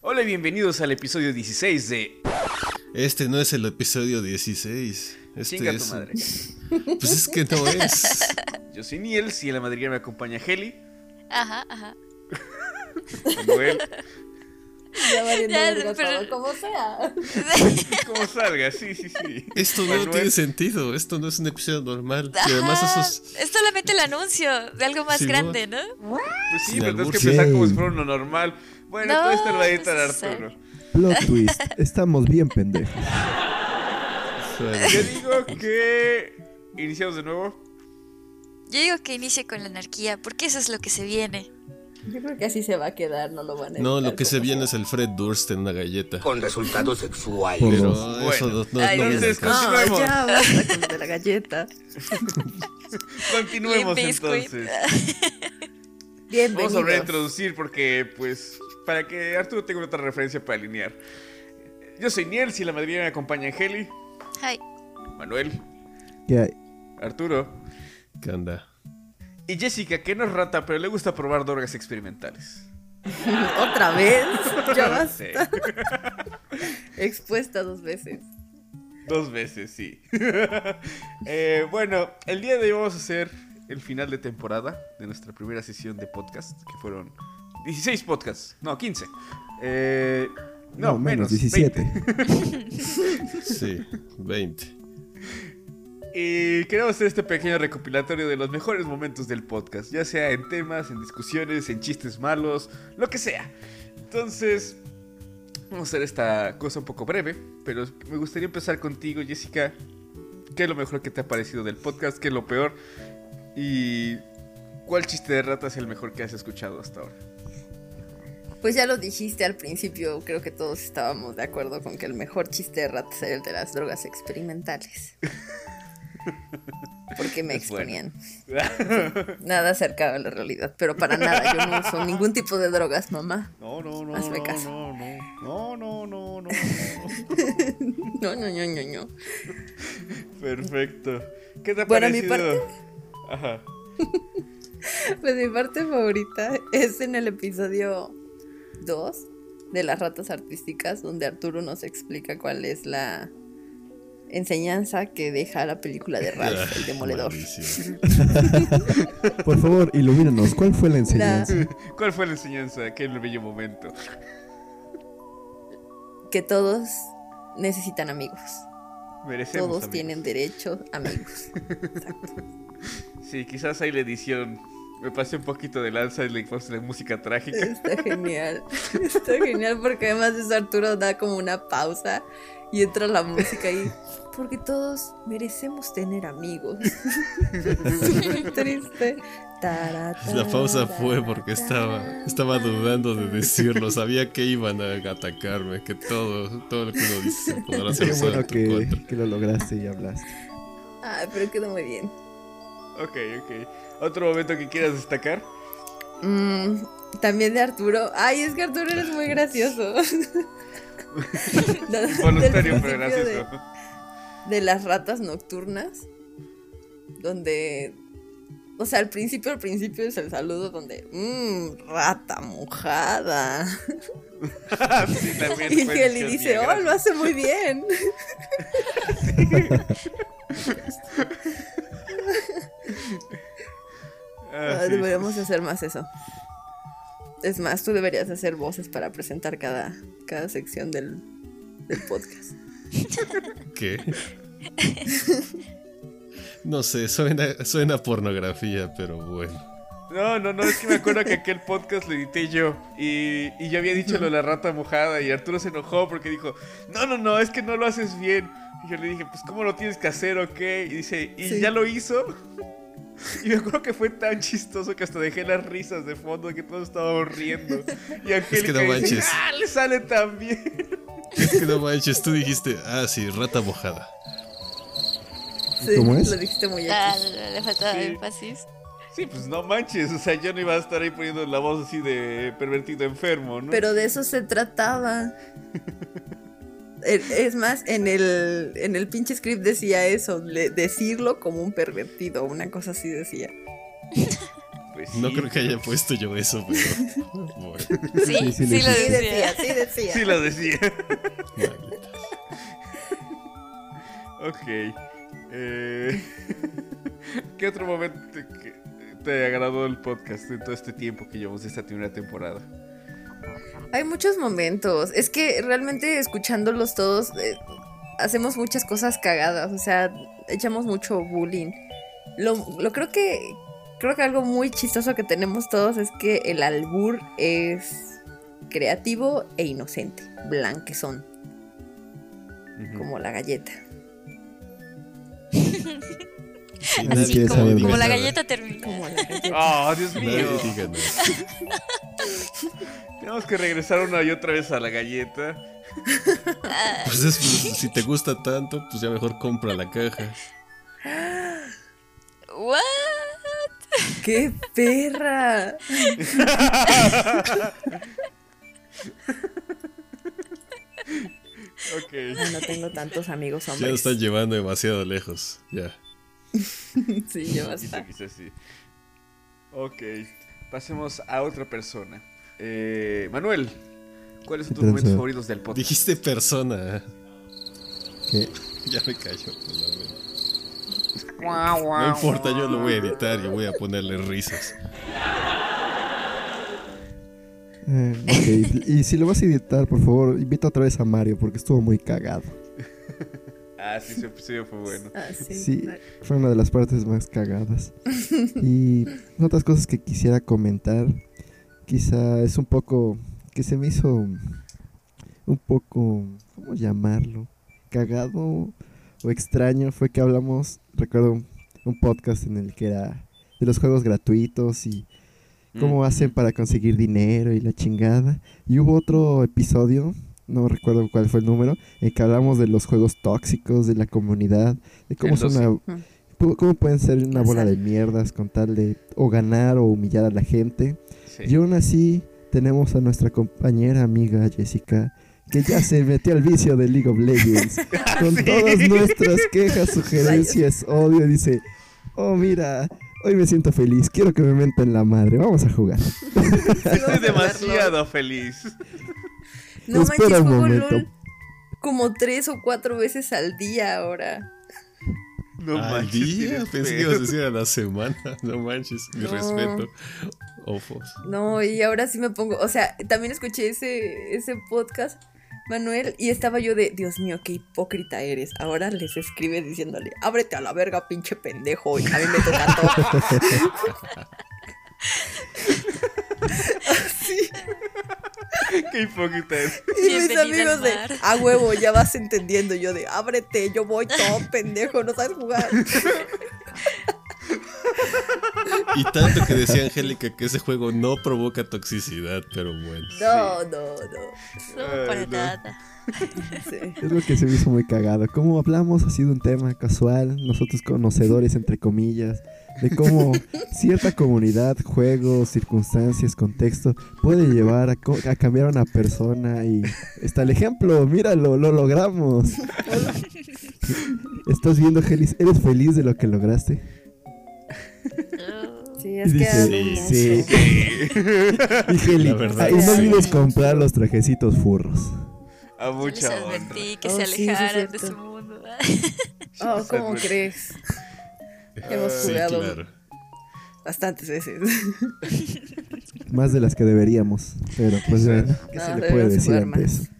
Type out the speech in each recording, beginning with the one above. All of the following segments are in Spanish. Hola y bienvenidos al episodio 16 de... Este no es el episodio 16. Este Chinga tu es- madre. Pues es que no es. Yo soy Niels y en la madriguera me acompaña Heli, Ajá, ajá. Manuel, Ya valiendo Ya, verga pero- todo, como sea. como salga, sí, sí, sí. Esto Manuel. no tiene sentido. Esto no es un episodio normal. Y además Ajá. esos. Es solamente el anuncio de algo más Sí, grande, ¿no? Pues sí, Sin pero tienes que albur. pensar como Sí. si fuera uno normal. Bueno, No, todo esto lo va a editar pues, Arturo. Plot twist. Estamos bien pendejos. Yo digo que... Iniciamos de nuevo. Yo digo que inicie con la anarquía, porque eso es lo que se viene. Yo creo que así se va a quedar, no lo van a No, lo evitar, que se como viene es el Fred Durst en una galleta. con resultados Por sexuales. Pero dos. eso no, no- Ay, no viene entonces, al caso. Ah, ya basta con de la galleta. Continuemos Limp Bizkit. entonces. Vamos a volver a Bienvenidos. introducir porque, pues, para que Arturo tenga otra referencia para alinear. Yo soy Niels y en la madriguera me acompaña Heli, Ay, Manuel, ¿Qué hay? Arturo ¿Qué onda? y Jessica, que no es rata, pero le gusta probar drogas experimentales. Otra vez. Ya vas Sí, expuesta dos veces. dos veces, sí. Eh, bueno, el día de hoy vamos a hacer el final de temporada de nuestra primera sesión de podcast, que fueron 16 podcasts, no, 15. Eh, no, menos, 17. 20. Sí, 20. Y queremos hacer este pequeño recopilatorio de los mejores momentos del podcast, ya sea en temas, en discusiones, en chistes malos, lo que sea. Entonces, vamos a hacer esta cosa un poco breve, pero me gustaría empezar contigo, Jessica. ¿Qué es lo mejor que te ha parecido del podcast? ¿Qué es lo peor? ¿Y cuál chiste de rata es el mejor que has escuchado hasta ahora? Pues ya lo dijiste al principio, creo que todos estábamos de acuerdo con que el mejor chiste de ratas era el de las drogas experimentales. Porque me Es bueno. exponían. Nada cerca de la realidad, pero para nada, yo no uso ningún tipo de drogas, mamá. No, no, no, Hazme no, caso. no, no, no, no, no, no. No, no, no, no, no. Perfecto. ¿Qué te ha Bueno, mi parecido? Ajá. Pues mi parte favorita es en el episodio 2 de las ratas artísticas, donde Arturo nos explica cuál es la enseñanza que deja la película de Ralph, el Ah, demoledor. maldición. Por favor, ilumínanos. ¿Cuál fue la enseñanza? ¿Cuál fue la enseñanza de aquel bello momento? Que todos necesitan amigos. Merecemos. Todos amigos. tienen derecho a amigos. Sí, quizás ahí la edición me pasé un poquito de lanza y le puse la música trágica. Está genial. Está genial porque además de eso Arturo da como una pausa y entra la música ahí. Porque todos merecemos tener amigos. Súper triste. Tara, La tara, pausa fue tara, porque tara, estaba, estaba tara. dudando de decirlo. Sabía que iban a atacarme, que todo, todo lo que uno dice se podrá hacer Qué usar en bueno tu que, contra. que lo lograste y hablaste. Ay, pero quedó muy bien. Ok, ok. ¿Otro momento que quieras destacar? Mm, también de Arturo. Ay, es que Arturo eres muy gracioso. Del Voluntario, pero principio de- gracioso. de las ratas nocturnas, donde, o sea, al principio, al principio es el saludo donde, mmm, rata mojada. Ah, sí, también Y fue Kelly edición dice, mía, oh, lo gracias. hace muy bien. Ah, Ah, sí. Deberíamos hacer más eso. Es más, tú deberías hacer voces para presentar cada, cada sección del, del podcast. ¿Qué? No sé, suena, suena a pornografía, pero bueno. No, no, no, es que me acuerdo que aquel podcast lo edité yo y, y yo había dicho lo de la rata mojada y Arturo se enojó porque dijo, no, no, no, es que no lo haces bien. Y yo le dije, pues ¿cómo lo tienes que hacer o qué? Y dice, ¿y Sí. ya lo hizo? Y me acuerdo que fue tan chistoso que hasta dejé las risas de fondo que todos estábamos riendo. Y Angélica no dice, manches. ¡ah, le sale tan bien! Es que no manches, tú dijiste, ah, sí, rata mojada. Sí, ¿Cómo es? Lo dijiste muy ah, bien. le le faltaba Sí. énfasis. Sí, pues no manches, o sea, yo no iba a estar ahí poniendo la voz así de pervertido enfermo, ¿no? Pero de eso se trataba. E- Es más, en el, en el pinche script decía eso, le- decirlo como un pervertido, una cosa así decía. pues No sí. creo que haya puesto yo eso, pero. Bueno, Sí, sí, Sí, sí, lo lo Sí decía, decía. sí decía. Sí lo decía. maldita. ok. Eh, ¿Qué otro momento te, que te agradó el podcast en todo este tiempo que llevamos de esta primera temporada? Hay muchos momentos. Es que realmente escuchándolos todos eh, hacemos muchas cosas cagadas. O sea, echamos mucho bullying. Lo, lo creo que. Creo que algo muy chistoso que tenemos todos es que el albur es creativo e inocente. Blanquezón, Ujú. como la galleta. Sí, Así nadie- Así quieres como, saber nadie como diga la nada. galleta termina. Como la galleta. ¡Oh, Dios Nadie mío! diga nada. Tenemos que regresar una y otra vez a la galleta. Pues es, si te gusta tanto, pues ya mejor compra la caja. What? ¡Qué perra! Ok. No tengo tantos amigos Ya lo hombres. están llevando demasiado lejos. Ya. Sí, ya Quizá, basta. quizá sí. Ok, pasemos a otra persona. Eh, Manuel, ¿cuáles son ¿Qué tus momentos tranza? favoritos del podcast? Dijiste persona. ¿eh? ¿Qué? Ya me callo. pues, la verdad. No importa, yo lo voy a editar y voy a ponerle risas. Eh, ok, y si lo vas a editar, por favor, invita otra vez a Mario porque estuvo muy cagado. Ah, sí, ese episodio fue bueno. Ah, sí. Sí, fue una de las partes más cagadas. Y otras cosas que quisiera comentar, quizá es un poco que se me hizo un poco, ¿cómo llamarlo? Cagado o extraño fue que hablamos, recuerdo un- un podcast en el que era de los juegos gratuitos y cómo hacen para conseguir dinero y la chingada. Y hubo otro episodio, no recuerdo cuál fue el número, en que hablamos de los juegos tóxicos, de la comunidad, de cómo, El son una- Ujú. pu- cómo pueden ser una bola Exacto. de mierdas con tal de o ganar o humillar a la gente. Sí. Y aún así tenemos a nuestra compañera amiga Jessica. Que ya se metió al vicio de League of Legends. Ah, Con Sí. todas nuestras quejas, sugerencias, odio. y Dice, oh mira, hoy me siento feliz. Quiero que me menten la madre. Vamos a jugar. Estoy demasiado feliz. No Espera manches, un juego momento. LOL como tres o cuatro veces al día ahora. No Al manches, día, tienes pensé que pedo. ibas a decir a la semana. No manches, mi No. respeto. Ofos. No, y ahora sí me pongo. O sea, también escuché ese, ese podcast, Manuel, y estaba yo de, Dios mío, qué hipócrita eres. Ahora les escribe diciéndole, ábrete a la verga, pinche pendejo, y a mí me toca todo. Así. Qué hipócrita es. Y mis Bienvenida amigos al de, mar. a huevo, ya vas entendiendo. Y yo de, ábrete, yo voy todo, pendejo, no sabes jugar. Y tanto que decía Angélica que ese juego no provoca toxicidad, pero bueno. No, no, no. No, para Ay, no. nada. Sí. Es lo que se me hizo muy cagado. Como hablamos, ha sido un tema casual, nosotros conocedores, entre comillas, de cómo cierta comunidad, juegos, circunstancias, contexto, puede llevar a, co- a cambiar a una persona. Y está el ejemplo, míralo, lo logramos. Estás viendo, Gelis, eres feliz de lo que lograste. No. Sí, es Y que dice, algo "Sí, hermoso". sí". Y Geli, La verdad, ay, no sí. olvides comprar los trajecitos furros. A Les mucha honra. advertí que Oh, se sí, sí es alejaran de su cierto. mundo. Oh, Sí, ¿cómo sí. crees? Hemos Sí, jugado claro. bastantes veces. Más de las que deberíamos. Pero pues bueno, ¿qué se No, le puede deberíamos decir jugar ante más. eso?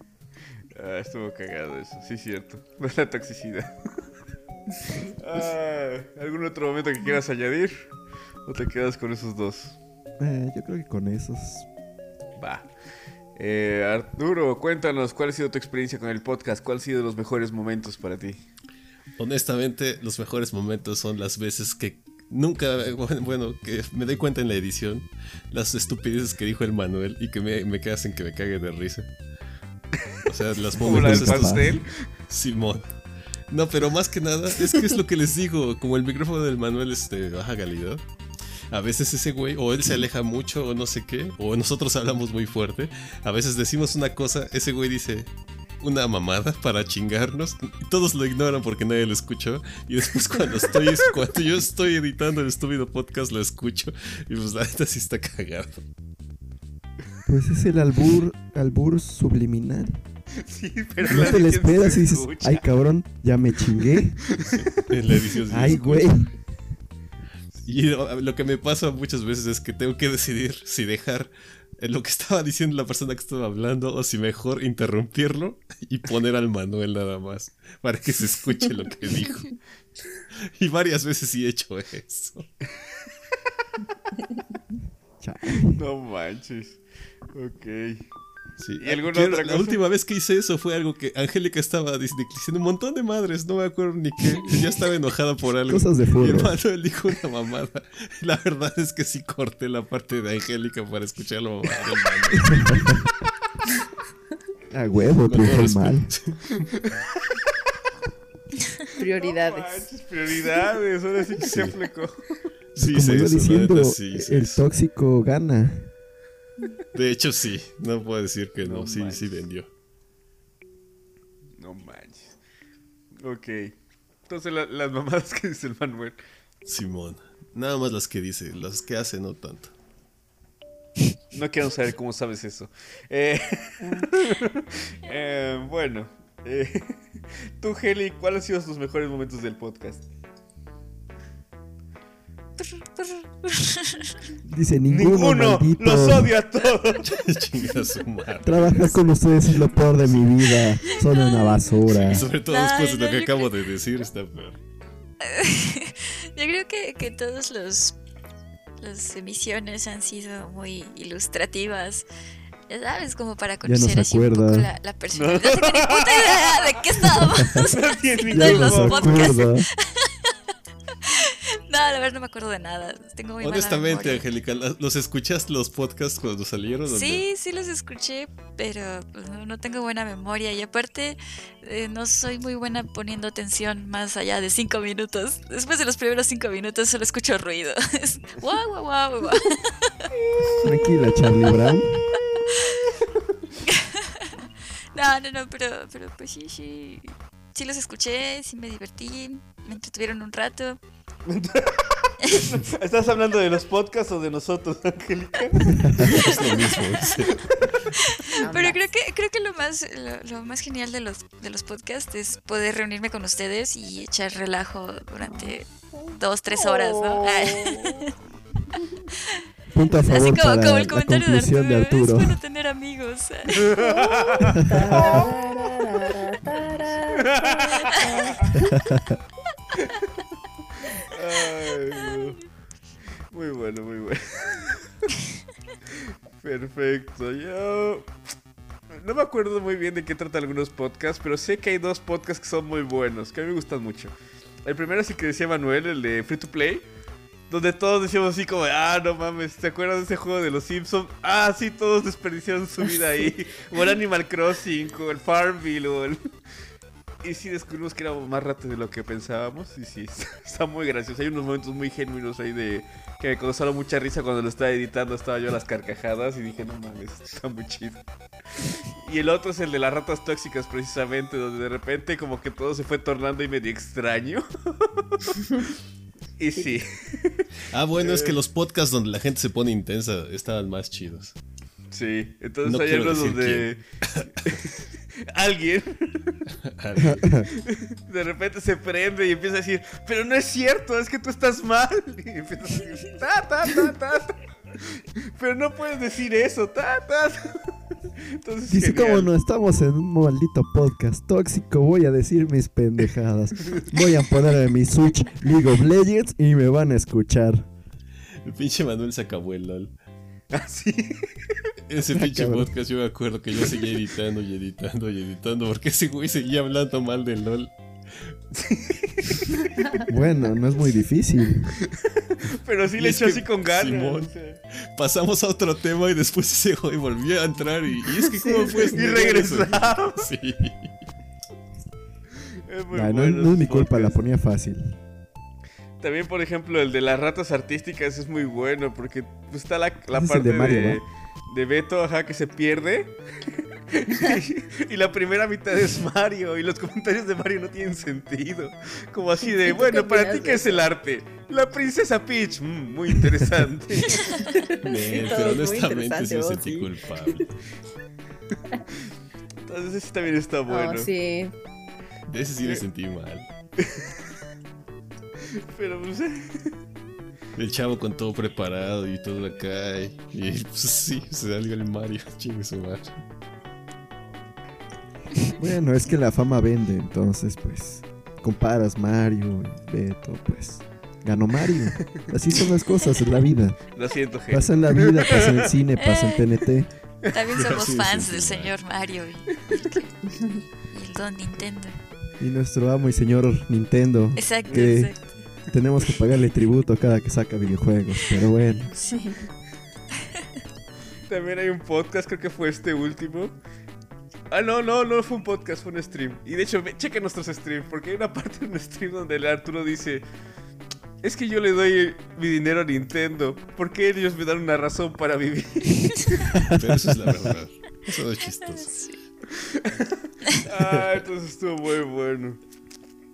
Ah, estuvo cagado eso, sí, cierto. La toxicidad. Ah, ¿Algún otro momento que quieras añadir? ¿O te quedas con esos dos? Eh, yo creo que con esos. Va. Eh, Arturo, cuéntanos cuál ha sido tu experiencia con el podcast, cuál ha sido los mejores momentos para ti. Honestamente, los mejores momentos son las veces que nunca, bueno, que me doy cuenta en la edición, las estupideces que dijo el Manuel y que me, me hacen que me cague de risa. O sea, las Como la del momentos estos- pastel. Simón. No, pero más que nada, es que es lo que les digo, como el micrófono del Manuel es de baja calidad. A veces ese güey, o él se aleja mucho, o no sé qué, o nosotros hablamos muy fuerte. A veces decimos una cosa, ese güey dice, una mamada para chingarnos. Todos lo ignoran porque nadie lo escuchó. Y después cuando estoy cuando yo estoy editando el estúpido podcast lo escucho. Y pues la neta sí está cagado. Pues es el albur, albur subliminal. Sí, pero No la te lo gente esperas se y dices, escucha. ay cabrón, ya me chingué. En la edición sí lo Ay escucho. güey. Y lo lo que me pasa muchas veces es que tengo que decidir si dejar eh, lo que estaba diciendo la persona que estaba hablando o si mejor interrumpirlo y poner al Manuel nada más para que se escuche lo que dijo. Y varias veces sí he hecho eso. Chale. No manches. Ok. Sí. ¿Y alguna Quiero- otra la cosa? última vez que hice eso fue algo que Angélica estaba dis- diciendo un montón de madres, no me acuerdo ni qué. Ya estaba enojada por algo. Cosas de Mi furro. hermano él dijo una mamada. La verdad es que sí corté la parte de Angélica para escuchar la mamada del Manuel. A huevo, Con todo triunfó mal. respeto. No Prioridades. manches, prioridades. Ahora sí que se aplicó. Sí, Como hice yo eso, la diciendo, eh, neta, sí hice el eso. tóxico gana. De hecho, sí. No puedo decir que no. No sí, manches. sí vendió. No manches. Ok. Entonces la- las mamadas que dice el Manuel. Simón. Nada más las que dice. Las que hace, no tanto. No quiero saber cómo sabes eso. Eh, eh, bueno. Eh, tú, Heli, ¿cuáles han sido tus mejores momentos del podcast? Dice ninguno. maldito. los odio a todos. Chinga su madre. Trabajar con ustedes es lo peor de mi vida. Son una basura. Y sobre todo Ay, después de no, lo que yo acabo de decir, está peor. Yo creo que, que todos los las emisiones han sido muy ilustrativas. Ya sabes, como para no se conocer así un poco acuerda. la, la personalidad. No tengo ni puta idea de qué estábamos No tienes haciendo Ya en ningún no los se momento. podcasts. acuerda. No, la verdad no me acuerdo de nada. Tengo muy mala Honestamente, memoria. Angélica, ¿la- ¿los escuchaste los podcasts cuando salieron? o no? Sí, sí los escuché, pero pues, no, no tengo buena memoria y aparte eh, no soy muy buena poniendo atención más allá de cinco minutos. Después de los primeros cinco minutos solo escucho ruido. Es guau, guau, guau, guau. Tranquila, Charlie Brown. No, no, no, pero, pero pues sí, sí. Sí los escuché, sí me divertí, me entretuvieron un rato. ¿Estás hablando de los podcasts o de nosotros, Angélica? Es lo mismo. sí. Pero creo que, creo que lo más, lo, lo más genial de los, de los podcasts es poder reunirme con ustedes y echar relajo durante dos, tres horas, ¿no? Punto a Así favor como, para como el la comentario de conclusión Arturo, de es Arturo. bueno tener amigos. Ay, no. Muy bueno, muy bueno. Perfecto, yo... No me acuerdo muy bien de qué trata algunos podcasts, pero sé que hay dos podcasts que son muy buenos, que a mí me gustan mucho. El primero es el que decía Manuel, el de Free to Play, donde todos decíamos así como, ah, no mames, ¿te acuerdas de ese juego de los Simpsons? Ah, sí, todos desperdiciaron su vida ahí. O el Animal Crossing, o el Farmville, o el... Y sí descubrimos que éramos más ratas de lo que pensábamos. Y sí, está, está muy gracioso. Hay unos momentos muy genuinos ahí de que me causaron mucha risa cuando lo estaba editando. Estaba yo a las carcajadas y dije, no mames, esto está muy chido. Y el otro es el de las ratas tóxicas, precisamente, donde de repente como que todo se fue tornando y medio extraño. y sí. Ah, bueno, Eh. es que los podcasts donde la gente se pone intensa estaban más chidos. Sí, entonces No hay quiero algunos decir donde alguien de repente se prende y empieza a decir, pero no es cierto, es que tú estás mal. Y empieza a decir, ta, ta, ta, ta, ta. Pero no puedes decir eso, ta, ta. ta". Entonces, Dice, como genial. no estamos en un maldito podcast tóxico, voy a decir mis pendejadas. Voy a poner en mi Switch League of Legends y me van a escuchar. El pinche Manuel se acabó el LOL. Así. Ese Ah, pinche cabrón. podcast yo me acuerdo que yo seguía editando y editando y editando porque ese güey seguía hablando mal del LOL. Bueno, no es muy difícil. Pero sí Y le es echó que así con ganas. Simón. o sea. Pasamos a otro tema y después ese güey volvió a entrar y, y es que cómo puedes y negar regresaba. eso? Sí. Es muy Nah, Ah, no, bueno no es ese mi culpa, la podcast. ponía fácil. También, por ejemplo, el de las ratas artísticas es muy bueno porque pues, está la, la Ese es el parte de de, Mario, de Beto, ajá, que se pierde. y la primera mitad es Mario y los comentarios de Mario no tienen sentido. Como así de, bueno, para ti qué es el arte. La princesa Peach, mm, muy interesante. Nel, todo pero es muy honestamente sí interesante, me vos sentí sí. culpable. Entonces ese también está bueno. Oh, sí. De ese sí me sentí mal. Pero pues, El chavo con todo preparado y todo acá. Y, y, pues sí, se da el Mario. Chingue su madre. Bueno, es que la fama vende, entonces pues comparas Mario y Beto, pues ganó Mario. Así son las cosas en la vida. lo siento, gente. Pasa en la vida, pasa en el cine, pasa en Eh. TNT. También Ya, somos sí, sí, fans sí, del sí, señor Mario y, y que- y el don Nintendo. Y nuestro amo y señor Nintendo, Exacto, Que- exacto. tenemos que pagarle tributo cada que saca videojuegos, pero bueno. Sí. También hay un podcast, creo que fue este último. Ah, no, no, no fue un podcast, fue un stream. Y de hecho, ve- chequen nuestros streams, porque hay una parte en un stream donde el Arturo dice: Es que yo le doy mi dinero a Nintendo, porque ellos me dan una razón para vivir. Pero eso es la verdad. Eso es chistoso. Sí. Ah, entonces estuvo muy bueno.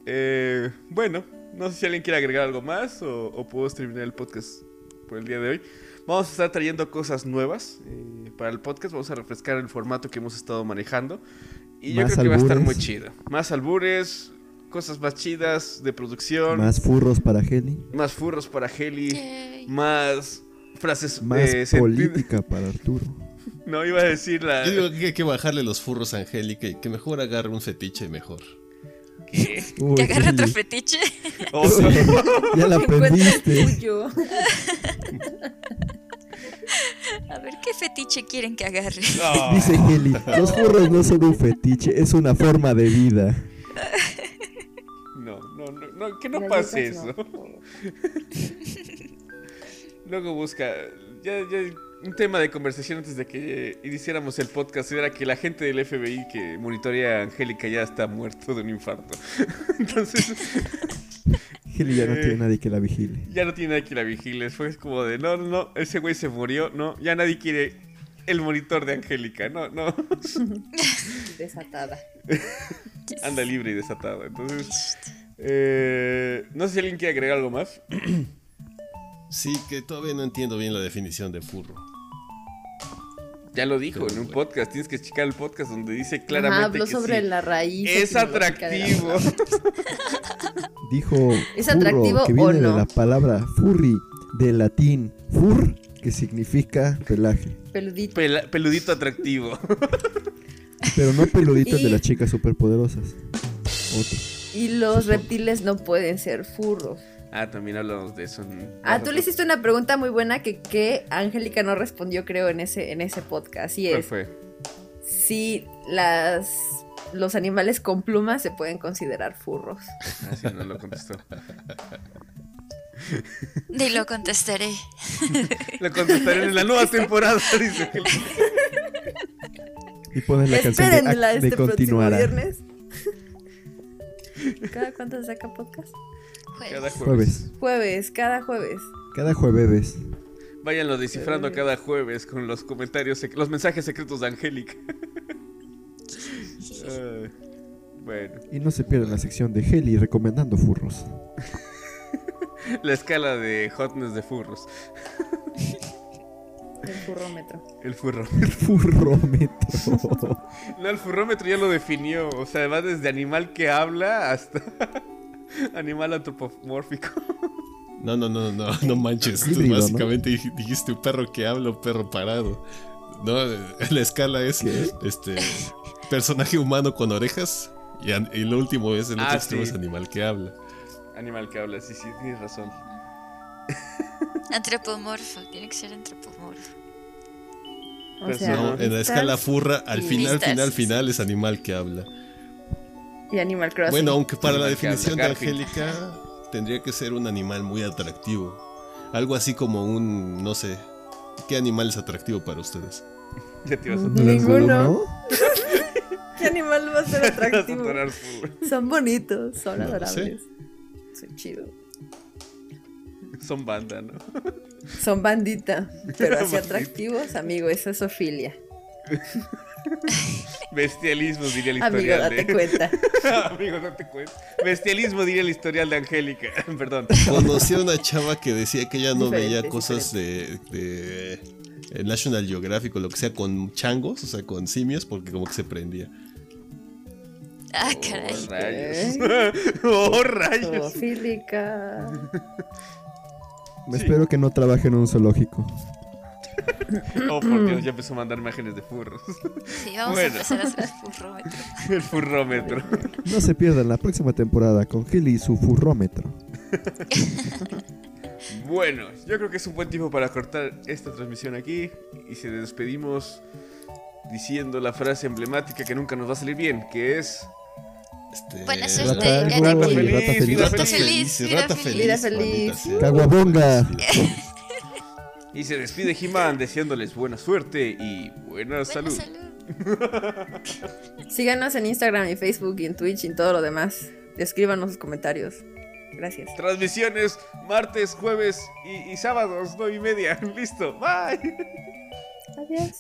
Eh, bueno, no sé si alguien quiere agregar algo más o, o puedo terminar el podcast por el día de hoy. Vamos a estar trayendo cosas nuevas eh, para el podcast. Vamos a refrescar el formato que hemos estado manejando. Y yo Más creo que va a estar muy albures. chido. Más albures, cosas más chidas de producción, más, Más furros para Heli, furros para Heli, Yay. más frases más de sentido- política para Arturo. No iba a decir la. Yo digo que hay que bajarle los furros a Angélica y que mejor agarre un fetiche mejor. Uy, Que agarra otro Heli, fetiche. Oh, no. ya la aprendiste. tuyo. A ver qué fetiche quieren que agarre. Ah. Dice Heli, los furros no son un fetiche, es una forma de vida. No, no, no, no, que no pase eso. Luego busca. Ya, ya, un tema de conversación antes de que eh, iniciáramos el podcast era que la gente del FBI que monitorea a Angélica ya está muerto de un infarto. Entonces, Heli ya no Eh. tiene nadie que la vigile. ya no tiene nadie que la vigile. Fue como de, no, no, no, ese güey se murió, no, ya nadie quiere el monitor de Angélica, no, no. Desatada. Anda libre y desatada. Entonces, eh, no sé si alguien quiere agregar algo más. Sí, que todavía no entiendo bien la definición de furro. Ya lo dijo en un Pero, güey. podcast, tienes que checar el podcast donde dice claramente Ajá, habló que sobre sí. la raíz. es etimológica de la atractivo. palabra. Dijo ¿Es furro, atractivo que o viene no? de la palabra furry, del latín fur, que significa pelaje. Peludito. Pela- peludito atractivo. Pero no peluditas Y- de las chicas superpoderosas. Otro. Y los reptiles no pueden ser furros. ah, también hablamos de eso. en- Ah, tú le hiciste una pregunta muy buena que, que Angélica no respondió, creo, en ese, en ese podcast. Y ¿Cuál es fue? si las, los animales con plumas se pueden considerar furros. Ah, sí, no lo contestó. Ni lo contestaré. lo contestaré en la nueva Este temporada, dice. Y pones la canción de, Espérenla Ac- de este próximo continuará. viernes. ¿Cada cuánto se saca podcast? Cada jueves. Jueves. Jueves, cada jueves. Cada jueves. Váyanlo descifrando cada jueves con los comentarios, sec- los mensajes secretos de Angélica. Ah, bueno, Y no se pierdan la sección de Heli recomendando furros. la escala de hotness de furros. El furrómetro. El furro. Furrómetro. No, el furrómetro ya lo definió. O sea, va desde animal que habla hasta animal antropomórfico. No, no, no, no, no manches. Tú Híbrido, ¿no? básicamente dij- dijiste un perro que habla, un perro parado. No, eh, la escala es ¿Qué? este personaje humano con orejas y, an- y lo último es el Ah, otro extremo sí. es animal que habla. Animal que habla, sí, sí, tienes razón. Antropomorfo, tiene que ser antropomorfo. Oh, O Pues sea, no, En la vistas escala furra, al y final, vistas. final, final es animal que habla. Y Animal Crossing. Bueno, aunque para la Animal que habla, definición de Garfield. Angélica tendría que ser un animal muy atractivo. Algo así como un, no sé, ¿qué animal es atractivo para ustedes? Ya te ibas a atorar. Ninguno. ¿No? ¿Qué animal va a ser Te ibas a atractivo? atorar, furro. Son bonitos, son No lo adorables. Son chidos. Son banda, ¿no? Son bandita, pero así Bandita. atractivos, amigo, eso es Ofilia. Bestialismo diría el Amigo, historial eh. date de... cuenta. Amigo, date cuenta. Bestialismo diría el historial de Angélica. Perdón. Ah, Conocí a una chava que decía que ella no Diferente, veía cosas de, de, eh, National Geographic o lo que sea con changos, o sea, con simios, porque como que se prendía. Ah, Oh, caray. rayos. Oh, rayos. Zoofílica. Me espero que no trabaje en un zoológico. Oh, por Dios, ya empezó a mandar imágenes de furros. Sí, vamos Bueno. a empezar a hacer furrómetro. El furrómetro. No se pierdan la próxima temporada con Gil y su furrómetro. Bueno, yo creo que es un buen tiempo para cortar esta transmisión aquí. Y si despedimos diciendo la frase emblemática que nunca nos va a salir bien, que es... Este, Buena Rata Este, algo gana y feliz, rata feliz. vida Rata feliz, feliz, vida rata feliz. feliz. Vida maldita feliz. sea. Caguabonga. Y se despide He-Man deseándoles buena suerte y buena Buena salud. salud. Síganos en Instagram y Facebook y en Twitch y en todo lo demás. Escríbanos sus comentarios. Gracias. Transmisiones martes, jueves y, y sábados, nueve y media. Listo, bye. Adiós.